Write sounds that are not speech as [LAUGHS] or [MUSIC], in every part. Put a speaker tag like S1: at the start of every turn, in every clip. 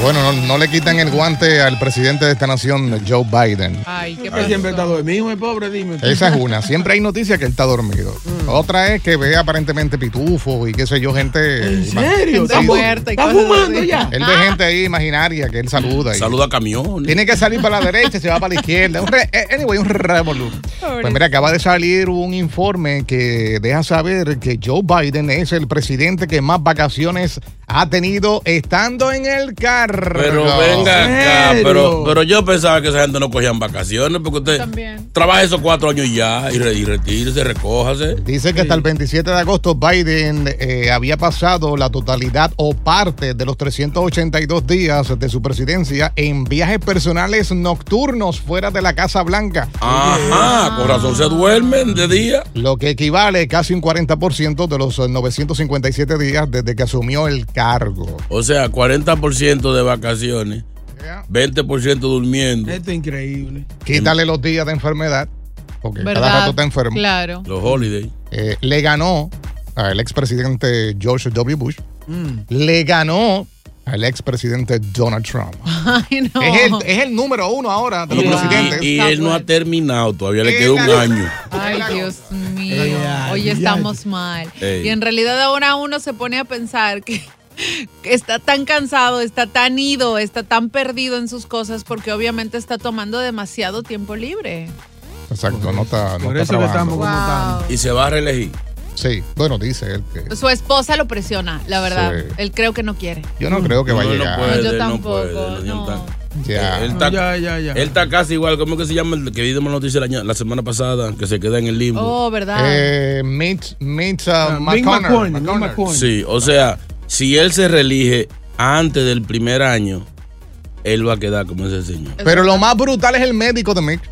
S1: Bueno, no, no le quitan el guante al presidente de esta nación, Joe Biden.
S2: Ay, qué
S1: Ay,
S2: siempre está
S3: dormido, el pobre, dime.
S1: Esa es una. Siempre hay noticias que él está dormido. Otra es que ve aparentemente pitufos y qué sé yo, gente. ¿En
S2: serio? Gente muerta y ¿Está cosas fumando así. ya?
S1: Él ve gente ahí imaginaria que él saluda. y-
S4: Saluda a camión.
S1: Tiene que salir para la derecha, se va para la izquierda. Un re- eh, anyway, un revolú. Pues mira, acaba de salir un informe que deja saber que Joe Biden es el presidente que más vacaciones ha tenido estando en el carro.
S4: Pero venga acá,
S1: ¿En
S4: pero,
S1: serio?
S4: pero yo pensaba que esa gente no cogían vacaciones porque usted trabaja esos cuatro años ya y, re- y retírese, recójase.
S1: Dice que hasta el 27 de agosto Biden eh, había pasado la totalidad o parte de los 382 días de su presidencia en viajes personales nocturnos fuera de la Casa Blanca.
S4: Ajá, con razón se duermen de día.
S1: Lo que equivale casi un 40% de los eh, 957 días desde que asumió el cargo.
S4: O sea, 40% de vacaciones, 20% durmiendo.
S1: Este-
S3: Esto es increíble.
S1: Quítale los días de enfermedad, porque cada
S3: ¿Verdad?
S1: rato está enfermo. [LAUGHS]
S3: Claro.
S4: Los holidays.
S1: Eh, le ganó al expresidente George W. Bush.
S3: Mm.
S1: Le ganó al expresidente Donald Trump.
S2: Ay, no.
S1: Es, el, es el número uno ahora de los
S4: Y-
S1: presidentes. Eh,
S4: Y, él no ha terminado, todavía le
S1: Él
S4: queda un
S1: ganó.
S4: año.
S2: Ay, Dios mío. Hoy
S3: ay.
S2: estamos mal.
S4: Ey.
S2: Y en realidad ahora uno se pone a pensar que que está tan cansado, está tan ido, está tan perdido en sus cosas porque obviamente está tomando demasiado tiempo libre.
S1: Exacto, no está, no
S3: Por
S1: está
S3: eso que
S1: trabajando.
S3: estamos como estamos.
S4: Y se va a reelegir.
S1: Sí, bueno, dice él que
S2: Su esposa lo presiona, la verdad.
S1: Sí.
S2: Él creo que no quiere.
S1: yo
S3: Mm.
S1: no creo que va a
S4: No, él no
S1: llegar.
S4: puede,
S2: yo
S4: él no
S2: tampoco,
S4: puede, él no
S2: no.
S4: está-
S1: Ya. Eh,
S4: Él está,
S3: Ya, ya, ya.
S4: él está casi igual, ¿cómo que se llama? El que vimos la noticia la, la semana pasada, que se queda en el limbo.
S2: Oh, ¿verdad?
S1: Eh, Mitch, Mitch uh,
S3: Big
S1: McConnell,
S3: McCorn, Big
S1: McConnell.
S3: McCorn.
S4: sí, o sea, si él se reelige antes del primer año, él va a quedar como ese señor.
S1: Pero lo más brutal es el médico de Mitch.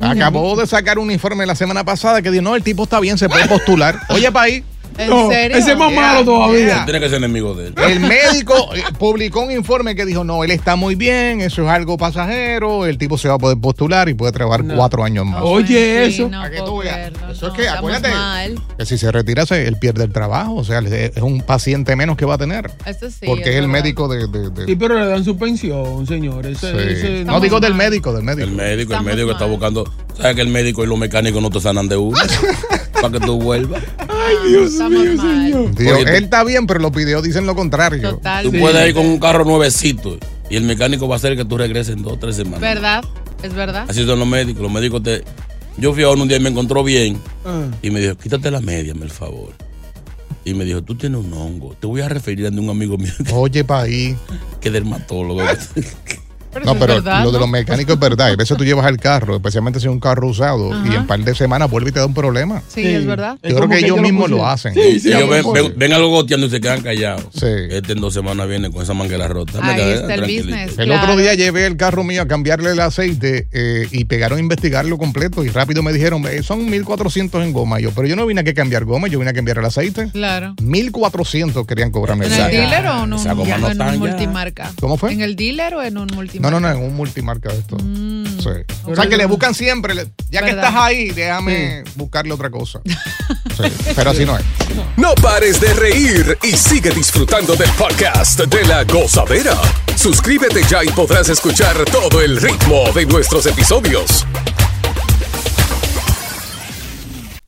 S1: Acabó de sacar un informe la semana pasada que dijo, no, el tipo está bien, se puede postular. Oye, país,
S2: ¿En
S3: No,
S2: serio?
S3: Ese es más
S1: Yeah,
S3: malo todavía.
S1: yeah.
S4: Tiene que ser enemigo de él.
S1: el médico eh, publicó un informe que dijo, no, él está muy bien, eso es algo pasajero, el tipo se va a poder postular y puede trabajar cuatro años más.
S2: Oh.
S3: Oye,
S2: Sí,
S3: eso.
S2: no
S1: Para que
S2: puedo
S1: tú veas.
S2: creerlo,
S1: Eso es
S2: no,
S1: que,
S2: estamos
S1: acuérdate.
S2: mal.
S1: Que si se retira, se- él pierde el trabajo, o sea, le- es un paciente menos que va a tener.
S2: Eso sí,
S1: porque es el
S2: verdad.
S1: médico de... de- de-
S3: Sí, pero le dan su pensión, señor. Ese,
S1: sí.
S3: ese-
S1: No digo del
S2: mal.
S1: médico, del médico.
S4: El médico, el
S2: Estamos
S4: médico que está
S2: mal.
S4: buscando. ¿Sabes que el médico y los mecánicos no te sanan de uno? Para que tú vuelvas.
S3: Ay, Dios
S2: Ah, Estamos
S3: mío,
S2: mal.
S3: señor.
S1: Digo,
S4: Oye,
S1: él está bien, pero los videos dicen lo contrario.
S2: Total.
S4: Tú puedes ir con un carro nuevecito y el mecánico va a hacer que tú regreses en dos o tres semanas.
S2: ¿Verdad? Es verdad.
S4: Así son los médicos. Los médicos te. Yo fui a uno un día y me encontró bien
S3: Ah.
S4: y me dijo, quítate la media, me el favor. Y me dijo, tú tienes un hongo. Te voy a referir a un amigo mío [LAUGHS] que-
S1: Oye, país.
S4: que es dermatólogo. [LAUGHS]
S2: Pero
S1: No,
S2: eso es
S1: pero
S2: verdad,
S1: lo de
S2: ¿no?
S1: los mecánicos es verdad. A veces tú llevas el carro, especialmente si es un carro usado, y en un par de semanas vuelve y te da un problema.
S2: Sí,
S3: Sí. Eh.
S2: es verdad.
S3: Es
S1: Yo creo
S3: como
S1: que
S3: ellos
S1: ellos
S3: lo
S1: mismos lo
S3: pusieron.
S1: hacen.
S3: Sí, sí,
S4: Ellos
S3: a
S4: ven,
S3: propósito.
S4: ven- ven algo goteando y se quedan callados.
S1: Sí.
S4: Este en dos semanas viene con esa manguera rota. Me
S2: Ahí
S4: quedé
S2: está el
S4: tranquilito.
S2: business.
S1: El
S2: Claro.
S1: otro día llevé el carro mío a cambiarle el aceite eh, y pegaron a investigarlo completo y rápido me dijeron, eh, son 1400 en goma. Yo, pero yo no vine a que cambiar goma, yo vine a cambiar el aceite.
S2: Claro.
S1: 1400 querían cobrarme el
S2: ¿En
S4: Esa-
S2: el
S1: aceite.
S2: dealer o en un,
S4: esa goma
S2: en
S4: no
S2: un
S4: tan ya.
S2: multimarca?
S1: ¿Cómo fue?
S2: ¿En el dealer o en un multimarca? Mm.
S1: No, no, no, en un multimarca de esto. Sí. O sea,
S3: Pero-
S1: que le buscan siempre. le- Ya que
S3: ¿Verdad?
S1: estás ahí, déjame buscarle
S2: [LAUGHS]
S1: otra cosa. Sí, pero así no es.
S5: No pares de reír y sigue disfrutando del podcast de la gozadera. Suscríbete ya y podrás escuchar todo el ritmo de nuestros episodios.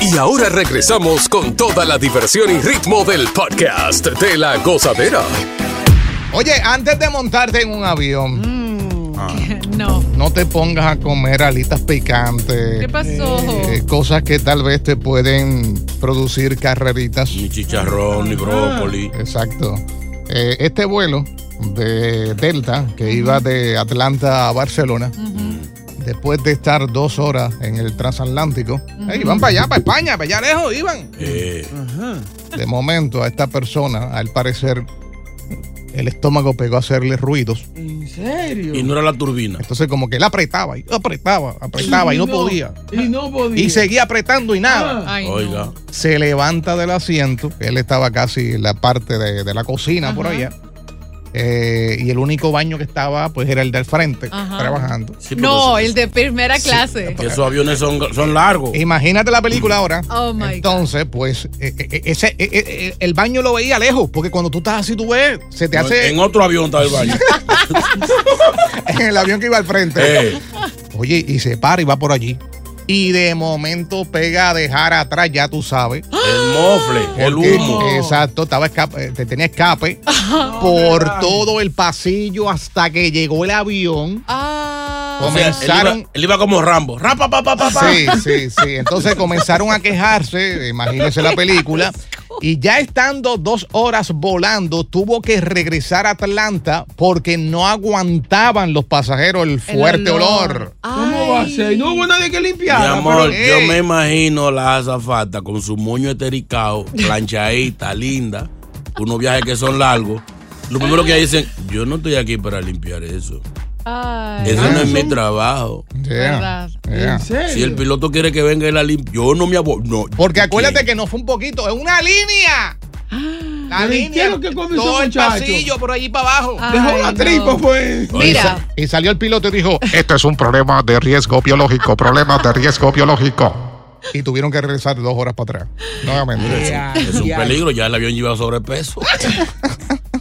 S5: Y ahora regresamos con toda la diversión y ritmo del podcast de la gozadera.
S1: Oye, antes de montarte en un
S2: Mm.
S1: avión,
S2: [LAUGHS] No.
S1: no te pongas a comer alitas picantes.
S2: ¿Qué pasó?
S1: eh, cosas que tal vez te pueden producir carreritas. Ni
S4: chicharrón, ni
S1: Ah.
S4: brócoli.
S1: Exacto. Eh, este vuelo de Delta, que iba de Atlanta a Barcelona, después de estar dos horas en el transatlántico, eh, iban para allá, para España, para allá lejos, iban.
S4: eh,
S1: De momento, a esta persona, al parecer, el estómago pegó a hacerle ruidos.
S3: ¿En serio?
S1: no era la turbina. Entonces, como que él apretaba, y apretaba, apretaba y no podía.
S3: Y no podía.
S1: Y seguía apretando y nada.
S3: Ah. Ay, no.
S4: Oiga.
S1: Se levanta del asiento. Él estaba casi en la parte de, de la cocina por allá. Eh, y el único baño que estaba, pues, era el del frente,
S2: Ajá.
S1: trabajando.
S2: No, el de primera clase.
S4: Que esos aviones son, son largos.
S1: Imagínate la película ahora.
S2: Oh my
S1: Entonces, pues, eh, eh, ese, eh, eh, el baño lo veía lejos, porque cuando tú estás así, tú ves, se te
S4: No,
S1: hace.
S4: En otro avión está el baño.
S1: en [LAUGHS] el avión que iba al frente.
S4: Eh.
S1: Oye, y se para y va por allí. Y de momento pega a dejar atrás, ya tú sabes.
S4: El mofle, el
S1: Porque,
S4: humo.
S1: Exacto, estaba escape, eh, te- tenía [LAUGHS] escape por todo el pasillo hasta que llegó el avión.
S2: Ah,
S4: O sea, él iba-
S1: Comenzaron.
S4: él, iba, como Rambo. Rapa, pa, pa, pa, pa.
S1: Sí, sí, sí. Entonces comenzaron a quejarse, imagínense la película. Y ya estando dos horas volando, tuvo que regresar a Atlanta porque no aguantaban los pasajeros el fuerte olor.
S3: ¿Cómo va a ser? Y No hubo nadie que
S4: Mi
S3: limpiara.
S4: amor,
S3: pero-
S4: yo
S1: eh.
S3: Ey.
S4: me imagino la azafata con su moño etericado, planchadita, linda, unos viajes que son largos. Lo primero que dicen, yo no estoy aquí para limpiar eso.
S2: Ay,
S4: Eso no es mi trabajo.
S2: verdad.
S1: ¿En
S2: serio?
S4: Si el piloto quiere que venga él a limpiar, yo no me abo... No,
S1: Porque acuérdate que no fue un poquito, es una línea. La
S3: Pero Ah, ¿y qué
S1: línea.
S3: es lo que comió ese
S1: todo el
S3: muchacho?
S1: pasillo por allí para abajo.
S3: Dejó una tripa, pues.
S1: Mira. Y salió el piloto y dijo, esto es un problema de riesgo biológico, problema de riesgo biológico. Y tuvieron que regresar dos horas para atrás. Nuevamente.
S4: Es un peligro, ya el avión lleva sobrepeso.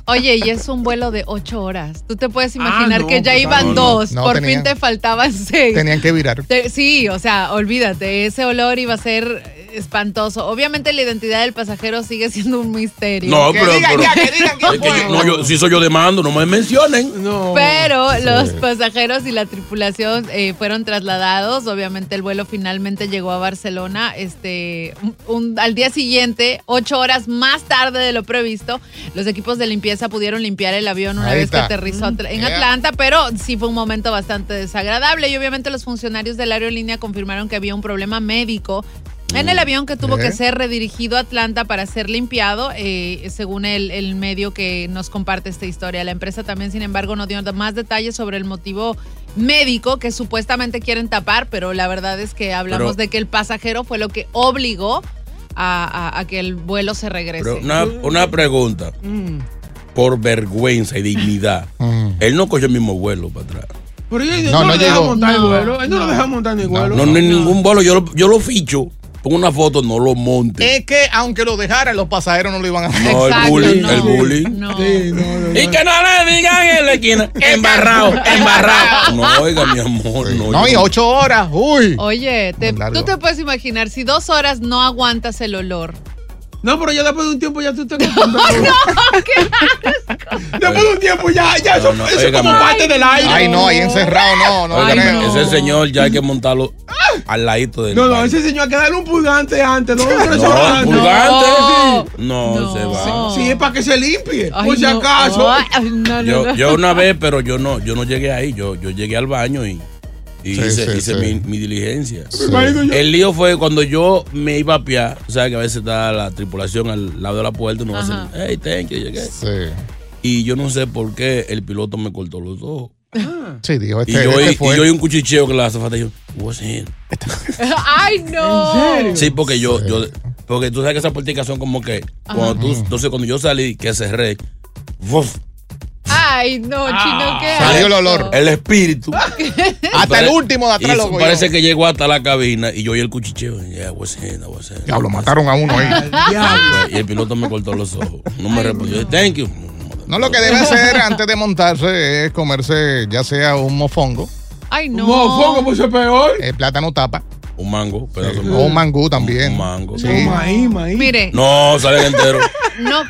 S2: Oye, y es un vuelo de ocho horas. Tú te
S3: Ah,
S2: puedes imaginar
S4: no,
S2: que ya
S4: pues,
S2: iban
S4: no, no.
S2: dos.
S1: No,
S2: Por
S1: tenían-
S2: fin te faltaban seis.
S1: Tenían que virar.
S2: Te- sí, o sea, olvídate, ese olor iba a ser espantoso. Obviamente la identidad del pasajero sigue siendo un misterio.
S4: No, pero, pero-
S2: digan
S4: es que yo- no, yo- si soy yo demando, no me mencionen.
S2: Pero
S4: Sí.
S2: los pasajeros y la tripulación eh, fueron trasladados. Obviamente el vuelo finalmente llegó a Barcelona este, un- un- al día siguiente, ocho horas más tarde de lo previsto. Los equipos de limpieza pudieron limpiar el avión una
S6: Ahí
S2: vez
S6: está. Mm,
S2: que aterrizó atl- en
S6: Yeah.
S2: Atlanta, pero sí fue un momento bastante desagradable. Y obviamente los funcionarios de la aerolínea confirmaron que había un problema médico. En el avión que tuvo
S6: ¿Eh?
S2: que ser redirigido a Atlanta para ser limpiado, eh, según el, el medio que nos comparte esta historia. La empresa también, sin embargo, no dio más detalles sobre el motivo médico que supuestamente quieren tapar, pero la verdad es que hablamos
S4: Pero-
S2: de que el pasajero fue lo que obligó a, a- a que el vuelo se regrese.
S4: Pero una, una pregunta,
S2: Mm.
S4: por vergüenza y dignidad.
S1: Mm.
S4: Él no cogió el mismo vuelo para atrás.
S3: Pero yo-
S4: No,
S3: no,
S4: no
S3: lo dejaba
S4: llegó.
S3: montar en el
S4: No.
S3: vuelo. Él no, lo dejaba montar en el vuelo.
S4: No, no hay ningún vuelo, yo lo, yo lo ficho. Pon una foto, no lo monte.
S1: Es que aunque lo dejaran, los pasajeros no lo iban a hacer.
S4: No, el bullying, el bullying. Y que no le digan en
S1: [LAUGHS]
S4: la esquina, embarrado, embarrado. No, oiga, mi amor, no.
S1: No, y
S4: yo-
S1: ocho horas. Uy.
S2: Oye, te-
S1: largo.
S2: tú te puedes imaginar, si dos horas no aguantas el olor.
S3: No, pero ya después de un tiempo ya tú
S2: [LAUGHS]
S3: te acostumbras. no, Después de un tiempo ya, ya, eso,
S4: No, no,
S3: eso es
S4: oiga,
S3: como
S4: ma.
S3: parte del aire.
S1: Ay, no, ahí encerrado, no, no
S4: Oiga,
S1: creo.
S4: Ese señor ya hay que montarlo al ladito del.
S3: No, no, ese señor hay que darle un pulgante antes, no un
S4: No,
S3: fresor
S4: pulgante.
S3: antes.
S4: No, se va.
S3: Sí, es para que se limpie,
S2: Ay,
S3: por si
S2: no.
S3: acaso. [LAUGHS]
S2: Ay, no, no,
S4: Yo,
S2: no.
S4: yo una vez, pero yo no, yo no llegué ahí. Yo, yo llegué al baño y, y
S1: Sí,
S4: hice,
S1: sí,
S4: hice
S1: sí.
S4: Mi, mi diligencia.
S1: Sí. imagino yo.
S4: El lío fue cuando yo me iba a piar. O sea, que a veces está la tripulación al lado de la puerta y uno va a hacer,
S2: Ajá.
S4: hey, thank you, llegué. Y yo no sé por qué el piloto me cortó los ojos.
S1: Sí, dijo,
S4: Y
S1: este,
S4: yo,
S1: este
S4: oí-
S1: fue.
S4: y yo oí un cuchicheo que la azafata dijo, what's in?
S2: [LAUGHS] Ay, no.
S4: Sí, porque yo, yo, porque tú sabes que esas puertas son como que,
S2: Ajá.
S4: cuando tú, entonces cuando yo salí, que cerré, ¡vuf!
S2: Ay, no, chino, ¿qué
S1: Salió el olor.
S4: el espíritu.
S1: Hasta el último de atrás,
S4: Y
S1: loco.
S4: Parece que llegó hasta la cabina y "Ah, yo oí el cuchicheo. Ya, what's in, what's in.
S1: Diablo, mataron a uno ahí.
S4: Y el piloto me cortó los ojos. No me respondió. Thank you.
S1: [LAUGHS] No, lo que debe hacer antes de montarse es comerse ya sea un mofongo,
S2: Ay, no.
S3: puso pues, peor.
S1: el plátano tapa,
S4: Un mango, pedazo de
S1: o un mangú Oh, también.
S4: Mm. Un mango.
S1: Sí.
S3: Maíz, maíz.
S2: Mire, no.
S4: No, salen entero.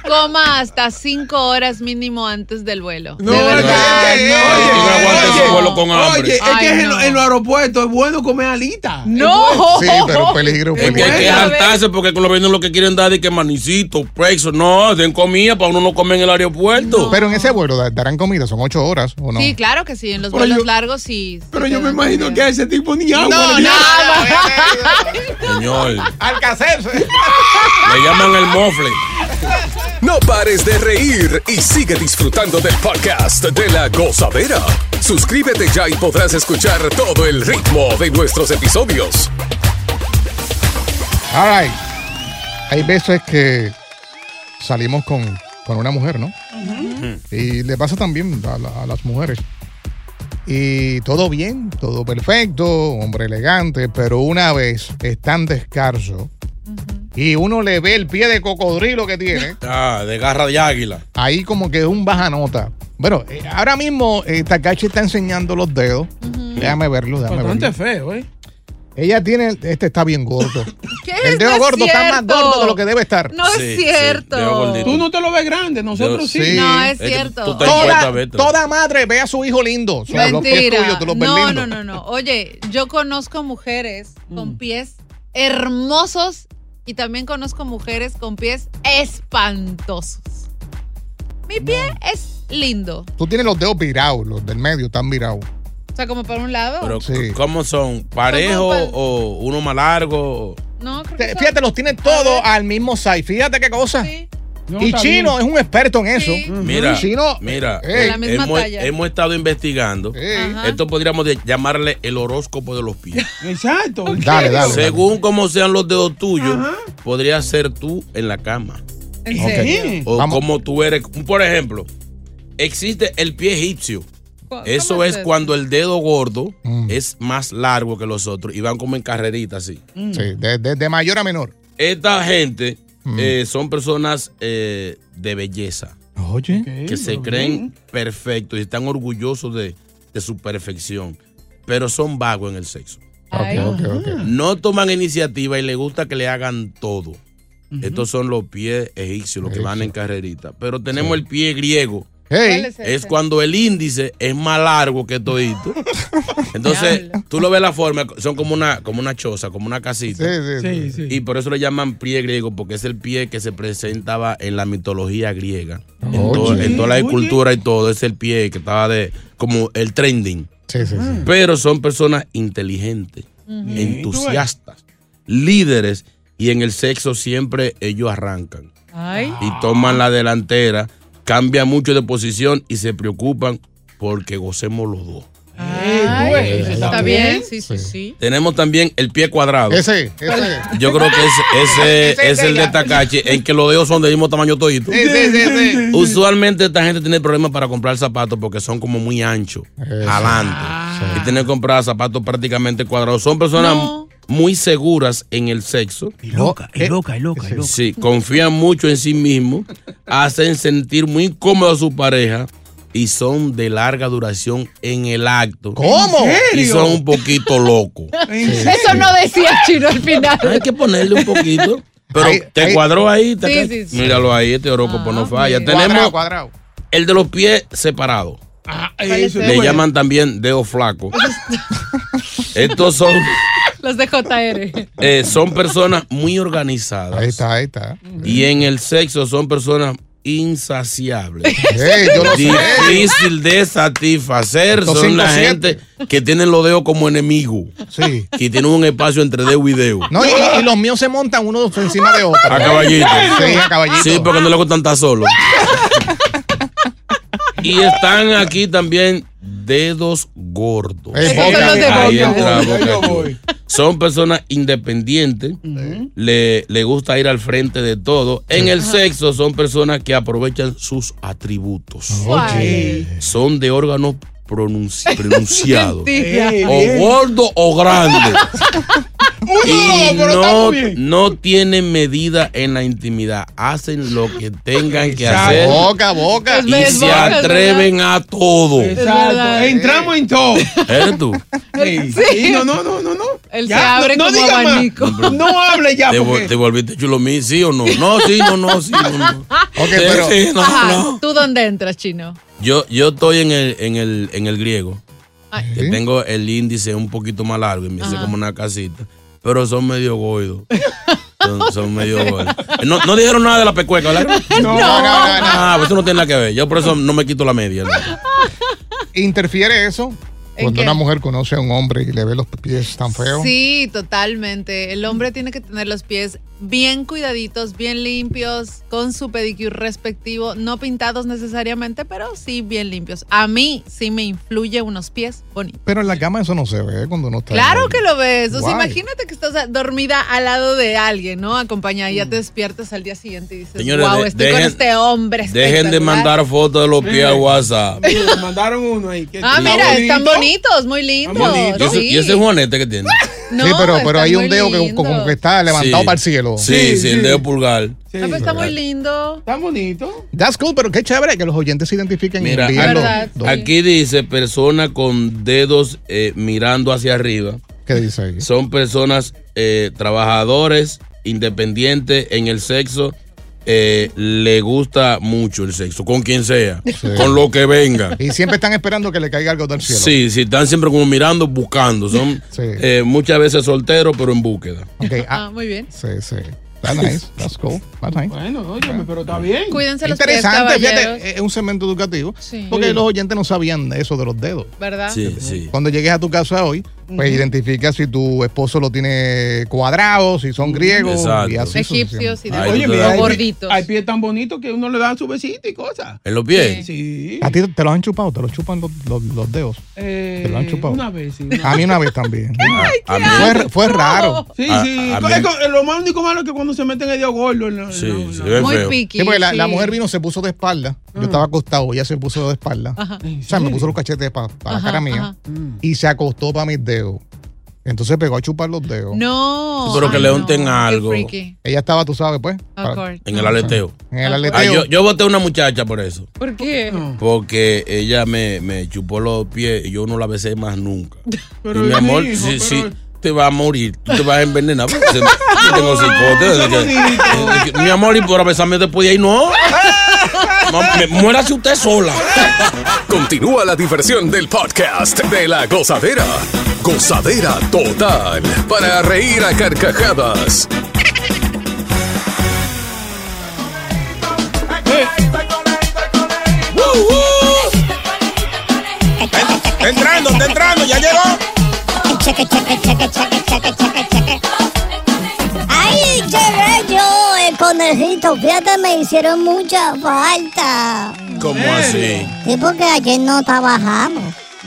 S2: coma hasta cinco horas mínimo antes del vuelo.
S3: No,
S2: de
S3: es que-
S2: verdad.
S3: es que-
S4: Tú no aguantas ese vuelo con hambre.
S3: Oye, es
S2: Ay,
S3: que en,
S2: no.
S3: lo- en los aeropuertos es bueno comer alitas.
S2: No.
S1: Sí,
S2: [LAUGHS]
S1: pero pues, peligro,
S4: Es que hay que
S1: peligro.
S2: Bueno, a ver.
S4: jaltarse porque con los vecinos lo que quieren dar es que manicito, prexo. No, den comida para uno no comer en el aeropuerto.
S1: Pero en ese vuelo da- darán comida, son ocho horas o no.
S2: Sí, claro que sí, en los
S3: Pero
S2: vuelos
S3: yo-
S2: largos sí. sí
S3: Pero
S2: te
S3: yo me
S2: dan
S3: imagino que
S2: comida.
S3: a ese tipo ni agua.
S1: No,
S3: le-
S1: nada.
S4: Señor,
S1: Alcacerse.
S4: le llaman el mofle.
S5: No pares de reír y sigue disfrutando del podcast de la gozadera. Suscríbete ya y podrás escuchar todo el ritmo de nuestros episodios.
S1: All right. Hay veces que salimos con, con una mujer, ¿no? Y le pasa también a, la- a las mujeres. Y todo bien, todo perfecto, hombre elegante, pero una vez están descalzo y uno le ve el pie de cocodrilo que
S4: [LAUGHS]
S1: tiene,
S4: Ah, de garra de águila.
S1: ahí como que es un bajanota. Bueno, eh, ahora mismo eh, Takashi está enseñando los dedos. Déjame verlo, déjame verlo.
S3: Bastante feo, ¿eh?
S1: Ella tiene, este está bien gordo.
S2: ¿Qué
S1: El
S2: es?
S1: dedo
S2: No es
S1: gordo está más
S2: cierto.
S1: gordo de lo que debe estar.
S2: No
S4: Sí,
S2: es
S4: sí,
S2: cierto.
S4: dedo gordito.
S3: Tú no te lo ves grande, nosotros
S1: Yo
S3: sí.
S1: sí.
S2: No, es
S4: que
S2: cierto.
S4: tú te- Ten cuenta,
S1: Toda,
S4: Beto.
S1: toda madre ve a su hijo lindo. O sea, los pies
S2: Mentira.
S1: tuyos, tú los ves
S2: no,
S1: lindos.
S2: no, no, no. Oye, yo conozco mujeres con pies hermosos y también conozco mujeres con pies espantosos. Mi pie es lindo.
S1: Tú tienes los dedos virados, los del medio están virados.
S2: O sea, como para un lado.
S4: Pero,
S1: Sí.
S4: ¿cómo son? ¿Parejo
S2: Son como pa-
S4: o uno más largo?
S2: no, creo que
S1: Te-
S2: son-
S1: Fíjate, los tienes todos
S2: A
S1: al mismo size. Fíjate qué cosa.
S2: Sí.
S3: No,
S1: y
S3: está
S1: Chino
S3: bien.
S1: es un experto en eso.
S2: Sí.
S4: Mira,
S1: Chino,
S4: mira,
S1: eh,
S2: La misma
S4: hemos,
S2: talla.
S4: hemos estado investigando.
S1: eh,
S2: Ajá.
S4: Esto podríamos de- llamarle el horóscopo de los pies.
S3: Exacto.
S1: Dale, dale.
S4: Según cómo sean los dedos tuyos, podría ser tú en la cama.
S2: En
S1: Ok.
S2: serio.
S4: O
S1: Vamos.
S4: como tú eres. Por ejemplo, existe el pie egipcio.
S2: ¿Cómo
S4: Eso es
S2: eso?
S4: cuando el dedo gordo
S1: Mm.
S4: es más largo que los otros y van como en carrerita así.
S1: Sí, de, de- de mayor a menor.
S4: Esta gente
S1: Mm.
S4: eh, son personas eh, de belleza
S1: Oye.
S4: que se creen perfectos y están orgullosos de, de su perfección, pero son vagos en el sexo.
S2: Ay,
S4: No toman iniciativa y les gusta que le hagan todo. Estos son los pies egipcios, los que van en carrerita. Pero tenemos el pie griego.
S2: ¿cuál
S1: Hey,
S2: es
S4: Es
S2: ese?
S4: cuando el índice es más largo que todito. Entonces,
S2: Diablo.
S4: tú lo ves la forma, son como una, como una choza, como una
S1: sí,
S4: casita.
S1: sí, sí.
S3: Sí, sí.
S4: Y por eso le llaman pie griego, porque es el pie que se presentaba en la mitología griega. En, to-
S1: Oye.
S4: en toda la
S3: Oye.
S4: cultura y todo, es el pie que estaba de como el trending.
S1: sí, sí, sí.
S4: Pero son personas inteligentes, entusiastas, líderes, y en el sexo siempre ellos arrancan
S2: Ay.
S4: y toman la delantera, cambian mucho de posición y se preocupan porque gocemos los dos.
S2: Ay,
S3: güey,
S2: está
S3: ¿está
S2: bien,
S3: bien?
S2: sí, sí, sí.
S4: Tenemos también el pie cuadrado.
S1: Ese, ese.
S4: Yo creo que ese, ese es el de Takachi, en que los dedos son del mismo tamaño todito.
S1: Sí, sí, sí, sí.
S4: Usualmente esta gente tiene problemas para comprar zapatos porque son como muy anchos,
S1: Eso.
S4: adelante. Y tienen que comprar zapatos prácticamente cuadrados. Son personas
S2: No.
S4: muy seguras en el sexo.
S7: Y loca, y loca, y loca, y loca.
S4: Sí, confían mucho en sí mismos, hacen sentir muy incómodo a su pareja y son de larga duración en el acto.
S2: ¿Cómo? ¿En
S4: Y
S2: serio?
S4: son un [LAUGHS] poquito locos.
S2: Eso no decía Chino al final.
S4: Hay que ponerle un poquito. Pero te cuadró ahí. te
S2: Sí,
S4: ca-
S2: sí, Ah, sí.
S4: Míralo ahí, este horóscopo no falla.
S1: bien.
S4: Tenemos
S1: Cuadrado, cuadrado.
S4: el de los pies separados.
S2: eso es
S4: Le
S2: bueno.
S4: llaman también dedo flaco. Estos son,
S2: Los de JR.
S4: eh, son personas muy organizadas. Ahí está,
S2: [LAUGHS]
S1: ahí está.
S4: Y en el sexo son personas insaciables.
S1: Ey, yo lo sé.
S4: Difícil de satisfacer.
S1: Los
S4: son
S1: cinco
S4: la
S1: siete.
S4: gente que tienen los dedos como enemigo.
S1: Sí.
S4: Y tienen un espacio entre dedo y dedo.
S1: No, y, y los míos se montan uno encima de otro.
S4: A caballito.
S1: Sí, a caballito.
S4: Sí, porque no le gustan estar solo. y están aquí también dedos gordos.
S1: Eh, Esos boca. son los de
S4: Ahí
S1: boca.
S4: entra
S1: Ahí
S4: boca
S1: yo
S4: chula. Son personas independientes. Le, le gusta ir al frente de todo. En el sexo son personas que aprovechan sus atributos.
S7: Oye.
S4: Son de órganos pronunci- pronunciados.
S7: Mentira.
S4: o gordo
S7: [LAUGHS]
S4: o grande.
S7: Uno,
S4: Y
S7: pero está
S4: no,
S7: muy bien.
S4: no tienen medida en la intimidad. Hacen lo que tengan que
S7: Exacto.
S4: hacer.
S7: Boca a boca.
S4: Y
S7: Es
S4: se
S7: verdad, es
S4: atreven a todo.
S3: Exacto. Entramos en todo.
S4: ¿Eres
S7: [LAUGHS]
S4: tú?
S3: Sí.
S2: Sí.
S3: No, no, no, no, no.
S2: Él
S3: Ya,
S2: se abre
S3: no, no
S2: como
S3: diga más.
S2: abanico.
S3: No hable ya.
S4: ¿Te, vol-
S3: porque-
S4: te volviste chulomín, sí o no? No, sí, no, no, sí, no, no. Sí,
S2: pero-
S4: sí, [LAUGHS] no,
S2: Ajá,
S4: no.
S2: ¿Tú dónde entras, Chino?
S4: Yo, yo estoy en el, en el, en el griego.
S2: Ay.
S4: Que tengo el índice un poquito más largo y me hice
S2: Ajá.
S4: como una casita. Pero son medio goidos.
S7: [LAUGHS]
S4: Son, son medio goidos. No, no dijeron nada de la pecueca, ¿verdad?
S1: No. No, no, no, no.
S4: Ah, pues eso no tiene nada que ver. Yo por eso no me quito la media. ¿no?
S1: ¿Interfiere eso?
S2: ¿En
S1: Cuando
S2: qué?
S1: una mujer conoce a un hombre y le ve los pies tan feos.
S2: Sí, totalmente. El hombre tiene que tener los pies bien cuidaditos, bien limpios, con su pedicure respectivo, no pintados necesariamente, pero sí bien limpios. A mí sí me influye unos pies bonitos.
S1: Pero en la cama eso no se ve cuando uno está.
S2: Claro que lo ves. O sea,
S1: Guay.
S2: imagínate que estás dormida al lado de alguien, ¿no? Acompañada y ya te despiertas al día siguiente y dices,
S4: Señores,
S2: wow,
S4: Mm. de-
S2: estoy con
S4: dejen-
S2: este hombre.
S4: Dejen de
S2: espectacular".
S4: mandar fotos de los pies a WhatsApp.
S3: Mira, mandaron uno ahí. que
S2: Ah,
S3: está
S2: mira,
S3: bonito.
S2: están bonitos, muy lindos.
S4: Y ese,
S2: sí.
S4: y ese Juanete que tiene.
S2: No,
S1: sí, pero, pero
S2: están
S1: hay un
S2: muy
S1: dedo que
S2: lindos.
S1: como que está levantado
S4: Sí.
S1: para el cielo.
S4: Sí, sí, el dedo pulgar.
S2: No, Ah, pero está muy lindo.
S3: Está bonito.
S1: That's cool, pero qué chévere que los oyentes se identifiquen y
S4: Mira,
S1: envíen los-
S2: Verdad,
S1: los-
S4: Aquí dice persona con dedos eh, mirando hacia arriba.
S1: ¿Qué dice ahí?
S4: Son personas eh, trabajadores, independientes en el sexo. eh, le gusta mucho el sexo, con quien sea, con lo que venga.
S1: Y siempre están esperando que le caiga algo del cielo.
S4: Sí, sí, están siempre como mirando, buscando. Son
S1: Sí.
S4: eh, muchas veces solteros, pero en búsqueda.
S1: Ok, ah,
S2: Ah, muy bien.
S1: sí, sí. That's nice. That's cool. That's nice.
S3: Bueno, óyeme, pero está bien.
S2: Cuídense los pies,
S1: Interesante,
S2: caballeros.
S8: eh,
S1: fíjate, es un segmento educativo.
S2: Sí.
S1: Porque los oyentes no sabían eso de los dedos.
S2: ¿Verdad?
S1: Cuando llegues a tu casa hoy, pues
S2: Ujú.
S1: identifica si tu esposo lo tiene cuadrado, si son griegos,
S4: Exacto.
S1: y así
S2: Egipcios y
S1: sucesivamente.
S2: de
S4: Ay,
S2: Oye,
S4: tú te
S2: mira,
S4: das-
S2: o gorditos.
S3: Hay pies tan bonitos que uno le da su besito y cosas.
S4: ¿En los pies?
S3: Sí.
S4: Ah,
S1: ¿A ti te los han chupado? ¿Te los chupan los, los- los dedos?
S3: Eh,
S1: ¿Te lo han chupado?
S3: Una vez, sí.
S4: Ah,
S1: A mí una
S2: [LAUGHS]
S1: vez también.
S4: A mí-
S1: fue, fue raro.
S3: Sí,
S4: A-
S3: sí.
S4: a
S3: Es
S4: mí-
S3: que lo más único malo es que cuando se meten el dedo gordo. en la-
S4: Sí,
S3: en la-
S4: se ve
S2: Muy
S4: feo.
S2: piqui.
S1: Sí, porque la, la
S2: sí.
S1: mujer vino, se puso de espalda. Yo estaba acostado, ella se puso de espalda.
S2: Mm. Ajá.
S1: O sea, me puso los cachetes para la
S2: Ajá,
S1: cara mía y se acostó para mis dedos. Entonces pegó a chupar los dedos.
S2: No.
S4: Pero que
S2: ay,
S4: le
S2: no,
S4: unten
S2: qué
S4: algo.
S2: freaky.
S1: Ella estaba, tú sabes, pues.
S8: Ah,
S1: para-
S2: Of course.
S4: En el aleteo.
S1: en el
S4: Ah,
S1: aleteo.
S4: yo, yo voté a una muchacha por eso.
S2: ¿Por qué?
S4: Porque ella me, me chupó los pies y yo no la besé más nunca.
S3: Pero,
S4: y mi amor,
S3: hijo,
S4: si,
S3: pero-
S4: si te vas a morir, tú te vas a envenenar. porque se- yo tengo psicote.
S3: eso
S4: desde que-
S3: bonito.
S4: desde que- mi amor, y por besarme después de ahí, no. Ma- me- muérase usted sola.
S5: Continúa la diversión del podcast de la gozadera. Gozadera total. Para reír a carcajadas.
S4: Está entrando, está entrando, ya llegó.
S8: Cheque, cheque, cheque, cheque, cheque, cheque, cheque. Ay, llegué yo, el conejito. Fíjate, me hicieron mucha falta.
S4: ¿Cómo así?
S8: Sí, porque ayer no trabajamos.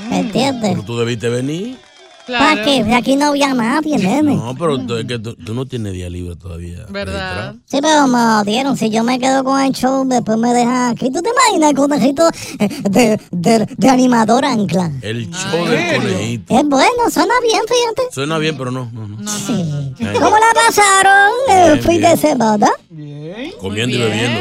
S8: ¿Me entiendes?
S4: Pero tú debiste venir.
S8: ¿Para qué? De aquí no había más, ¿entiendes?
S4: No, pero tú, es que tú, tú no tienes día libre todavía.
S8: ¿Verdad? Sí, pero me dieron. Si yo me quedo con el show, después me dejan aquí. ¿Tú te imaginas el conejito eh, de, de, de animador ancla?
S4: El show del conejito.
S8: Es bueno, suena bien, fíjate.
S4: Suena bien, pero no. no, no.
S8: Sí.
S4: Ay,
S8: ¿Cómo la pasaron el fin de semana?
S4: Comiendo y bebiendo.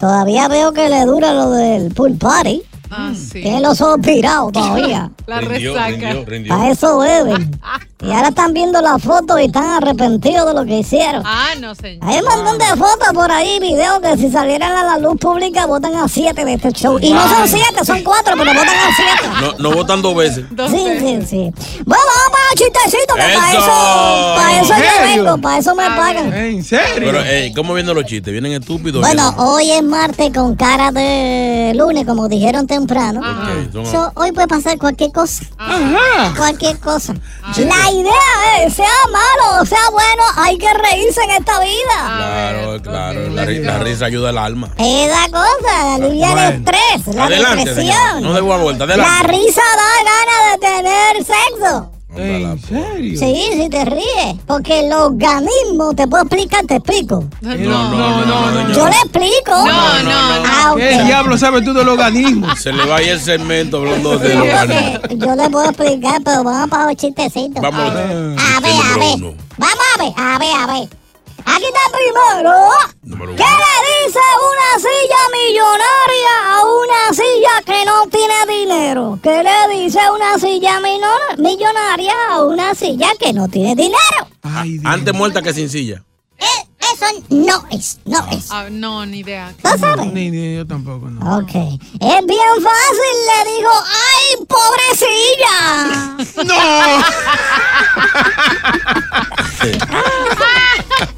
S8: Todavía veo que le dura lo del pool party.
S2: Ah, sí.
S8: Tiene los ojos pirados todavía.
S2: La resaca.
S8: A eso beben. Y ahora están viendo las fotos y están arrepentidos de lo que hicieron.
S2: Ah, no, señor.
S8: Hay un montón de fotos por ahí, videos que si salieran a la luz pública votan a siete de este show. Y no son siete, son cuatro, pero votan a siete.
S4: No, no votan dos veces.
S8: Sí, sí, sí. Bueno, vamos para el chistecito, que para
S4: ¡Eso!
S8: eso, para eso
S4: ¿En
S8: yo
S4: serio?
S8: vengo, para eso me pagan.
S3: ¿En serio?
S4: Pero, eh, ¿cómo vienen los chistes? ¿Vienen estúpidos?
S8: Bueno, hoy es martes con cara de lunes, como dijeron temprano.
S4: son-
S8: So, hoy puede pasar cualquier cosa. Cualquier cosa. La idea es, sea malo o sea bueno, hay que reírse en esta vida.
S4: Claro, claro. La, ri- la risa ayuda al alma.
S8: Es la cosa, alivia el estrés, la
S4: Adelante,
S8: depresión.
S4: señor. No de vuelta,
S8: La
S4: adelante.
S8: risa da ganas de tener sexo.
S4: ¿En
S8: serio? Sí, sí te ríes. Porque el organismo, te puedo explicar, te explico.
S3: No, no, no, no.
S8: Yo le explico.
S3: No,
S8: no, Ah, ok.
S3: ¿Qué diablo sabes tú del organismo?
S4: Se le va ahí el segmento hablando de los ganos.
S8: Ok, Yo le puedo explicar, pero vamos para los chistecitos.
S4: Vamos.
S8: A ver, a ver. Vamos a ver, a ver, a ver. Aquí está primero. ¿Qué le dice una silla millonaria a una silla que no tiene dinero? ¿Qué le dice una silla minor- millonaria a una silla que no tiene dinero? Eh,
S4: Antes muerta que sin silla.
S8: Eso no es, no es.
S2: Ah, no, ni idea.
S8: ¿Tú sabes?
S3: Ni, ni yo tampoco, no.
S8: Ok. Es bien fácil, le digo, ¡ay, pobrecilla! ¡No! [LAUGHS]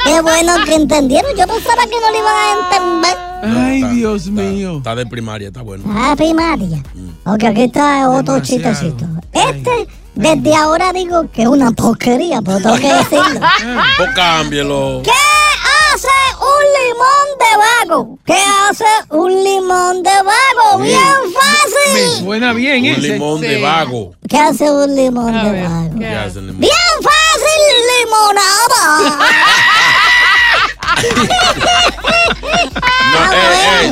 S8: Qué bueno que entendieron. Yo pensaba que no le iban a entender.
S4: Ay, Dios mío. Está de primaria, está bueno.
S8: Ah, primaria. Ok, aquí está otro chistecito. Este, desde ahora digo que es una porquería, pero tengo que decirlo.
S4: Pues cámbielo.
S8: ¿Qué hace un limón de vago? ¿Qué hace un limón de vago? Bien fácil.
S3: Me suena bien
S4: Un
S3: ese.
S4: limón de vago.
S8: ¿Qué hace un limón de vago?
S4: ¿Qué hace el limón?
S8: Bien fácil,
S4: No, eh,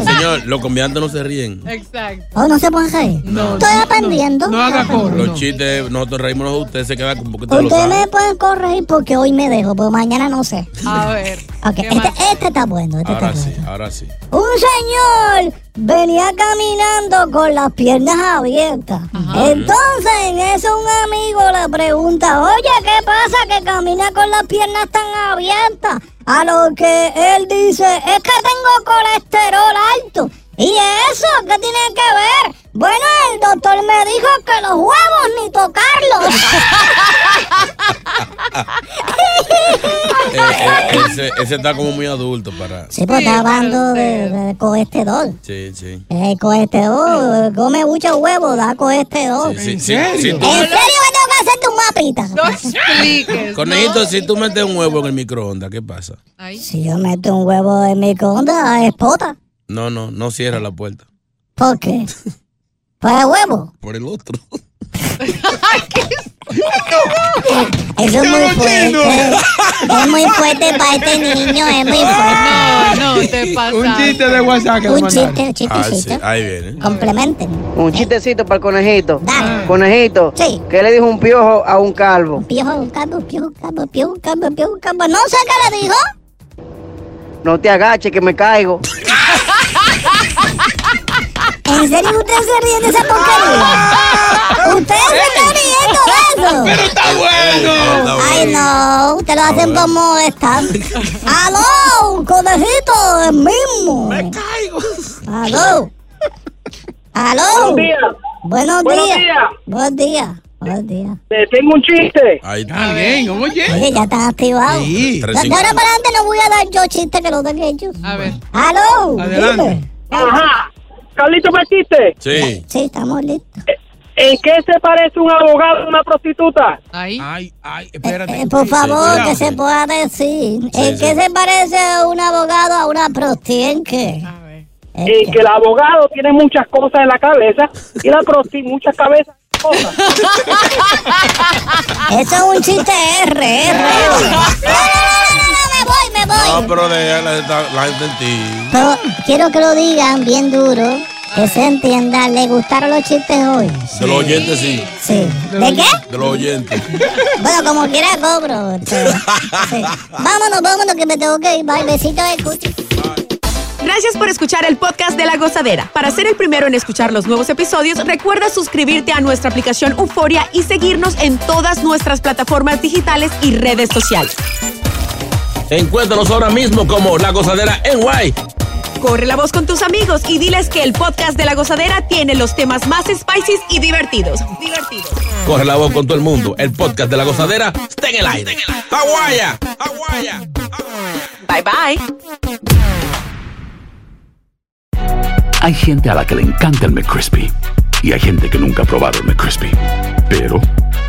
S4: eh, señor, los comediantes no se ríen.
S8: limonada. ¿O Oh, no se puede reír? No. Estoy aprendiendo. No, haga
S4: Los chistes, nosotros reímos, usted se queda con un poquito de los
S8: Ustedes me pueden corregir porque hoy me dejo, pero mañana no sé.
S2: A ver.
S8: Ok, este, este está bueno. Este está
S4: Ahora
S8: bueno.
S4: sí, ahora sí.
S8: Un señor venía caminando con las piernas abiertas. Entonces, en eso un amigo le pregunta, oye, ¿qué pasa que camina con las piernas tan abiertas? A lo que él dice, es que tengo colesterol alto. ¿Y eso qué tiene que ver? Bueno, el doctor me dijo que los huevos ni tocarlos.
S4: Eh, eh, ese, ese está como muy adulto para.
S8: Sí, pues está hablando de, de colesterol.
S4: Sí, sí.
S8: El colesterol, come mucho huevo, da colesterol.
S4: Sí, sí, sí, tú-
S8: ¿En serio me tengo que hacerte un mapita? No
S2: expliques.
S4: Conejito, si tú metes un huevo en el microondas, ¿qué pasa?
S8: Si yo meto un huevo en mi microondas, explota.
S4: No, no, no cierra la puerta.
S8: ¿Por qué? Pues el huevo.
S4: Por el otro.
S8: Eso es muy fuerte. Es muy fuerte para este niño, es
S2: [LAUGHS]
S8: muy fuerte.
S2: No, te pasa.
S3: Un chiste de WhatsApp que le
S8: Un
S3: mandaron.
S8: chiste, un chistecito.
S4: Ahí viene.
S8: Complementen.
S9: Un chistecito para el conejito. Ah. Conejito.
S8: Sí.
S9: ¿Qué le dijo un piojo a un calvo?
S8: Piojo, calvo, piojo, calvo, piojo, calvo, piojo, calvo. No sé qué le dijo.
S9: No te agaches que me caigo.
S8: ¿En serio ustedes se ríen de esa porquería? ¿Ustedes se están riendo de eso? ¡Pero está bueno! Ay, no, ustedes lo hacen por molestar. ¡Aló, conejito, el mismo! ¡Me caigo! ¡Aló! ¡Aló!
S7: Buenos días.
S8: ¡Buenos
S7: Buenos
S8: días!
S7: días.
S8: ¡Buenos días! ¡Buenos días!
S7: tengo un chiste.
S4: Ahí
S7: está.
S8: Oye, ya estás activado.
S7: Sí.
S8: De de ahora para adelante no voy a dar yo chistes que los den ellos. A ver. ¡Aló! dime.
S7: Ajá. Carlito, ¿metiste?
S4: Sí.
S8: Sí, estamos listos.
S7: ¿En qué se parece un abogado a una prostituta?
S2: Ahí.
S7: Ay, ay,
S8: espérate. Eh, Por favor, que se pueda decir. ¿En qué se parece un abogado a una prostienque?
S7: Y que el abogado tiene muchas cosas en la cabeza y la prostituta muchas cabezas. cosa.
S8: Eso es un chiste R, [LAUGHS] R. me
S4: No, Ah, pero déjala de estar- la gente en ti.
S8: Pero quiero que lo digan bien duro, que se entienda. ¿Le gustaron los chistes hoy?
S4: De los oyentes, sí.
S8: Sí. ¿De qué?
S4: De los oyentes.
S8: Bueno, como quiera cobro. este. Sí. [LAUGHS] Vámonos, vámonos, que me tengo que ir. Bye, besitos de cuchi.
S6: Gracias por escuchar el podcast de La Gozadera. Para ser el primero en escuchar los nuevos episodios, recuerda suscribirte a nuestra aplicación Euforia y seguirnos en todas nuestras plataformas digitales y redes sociales.
S4: Encuéntranos ahora mismo como La Gozadera en Guay.
S6: Corre la voz con tus amigos y diles que el podcast de La Gozadera tiene los temas más spicy y divertidos. Divertidos.
S4: Corre la voz con todo el mundo. El podcast de La Gozadera está en el aire. ¡Aguaya! ¡Aguaya!
S6: Bye bye.
S10: Hay gente a la que le encanta el McCrispy y hay gente que nunca ha probado el McCrispy. Pero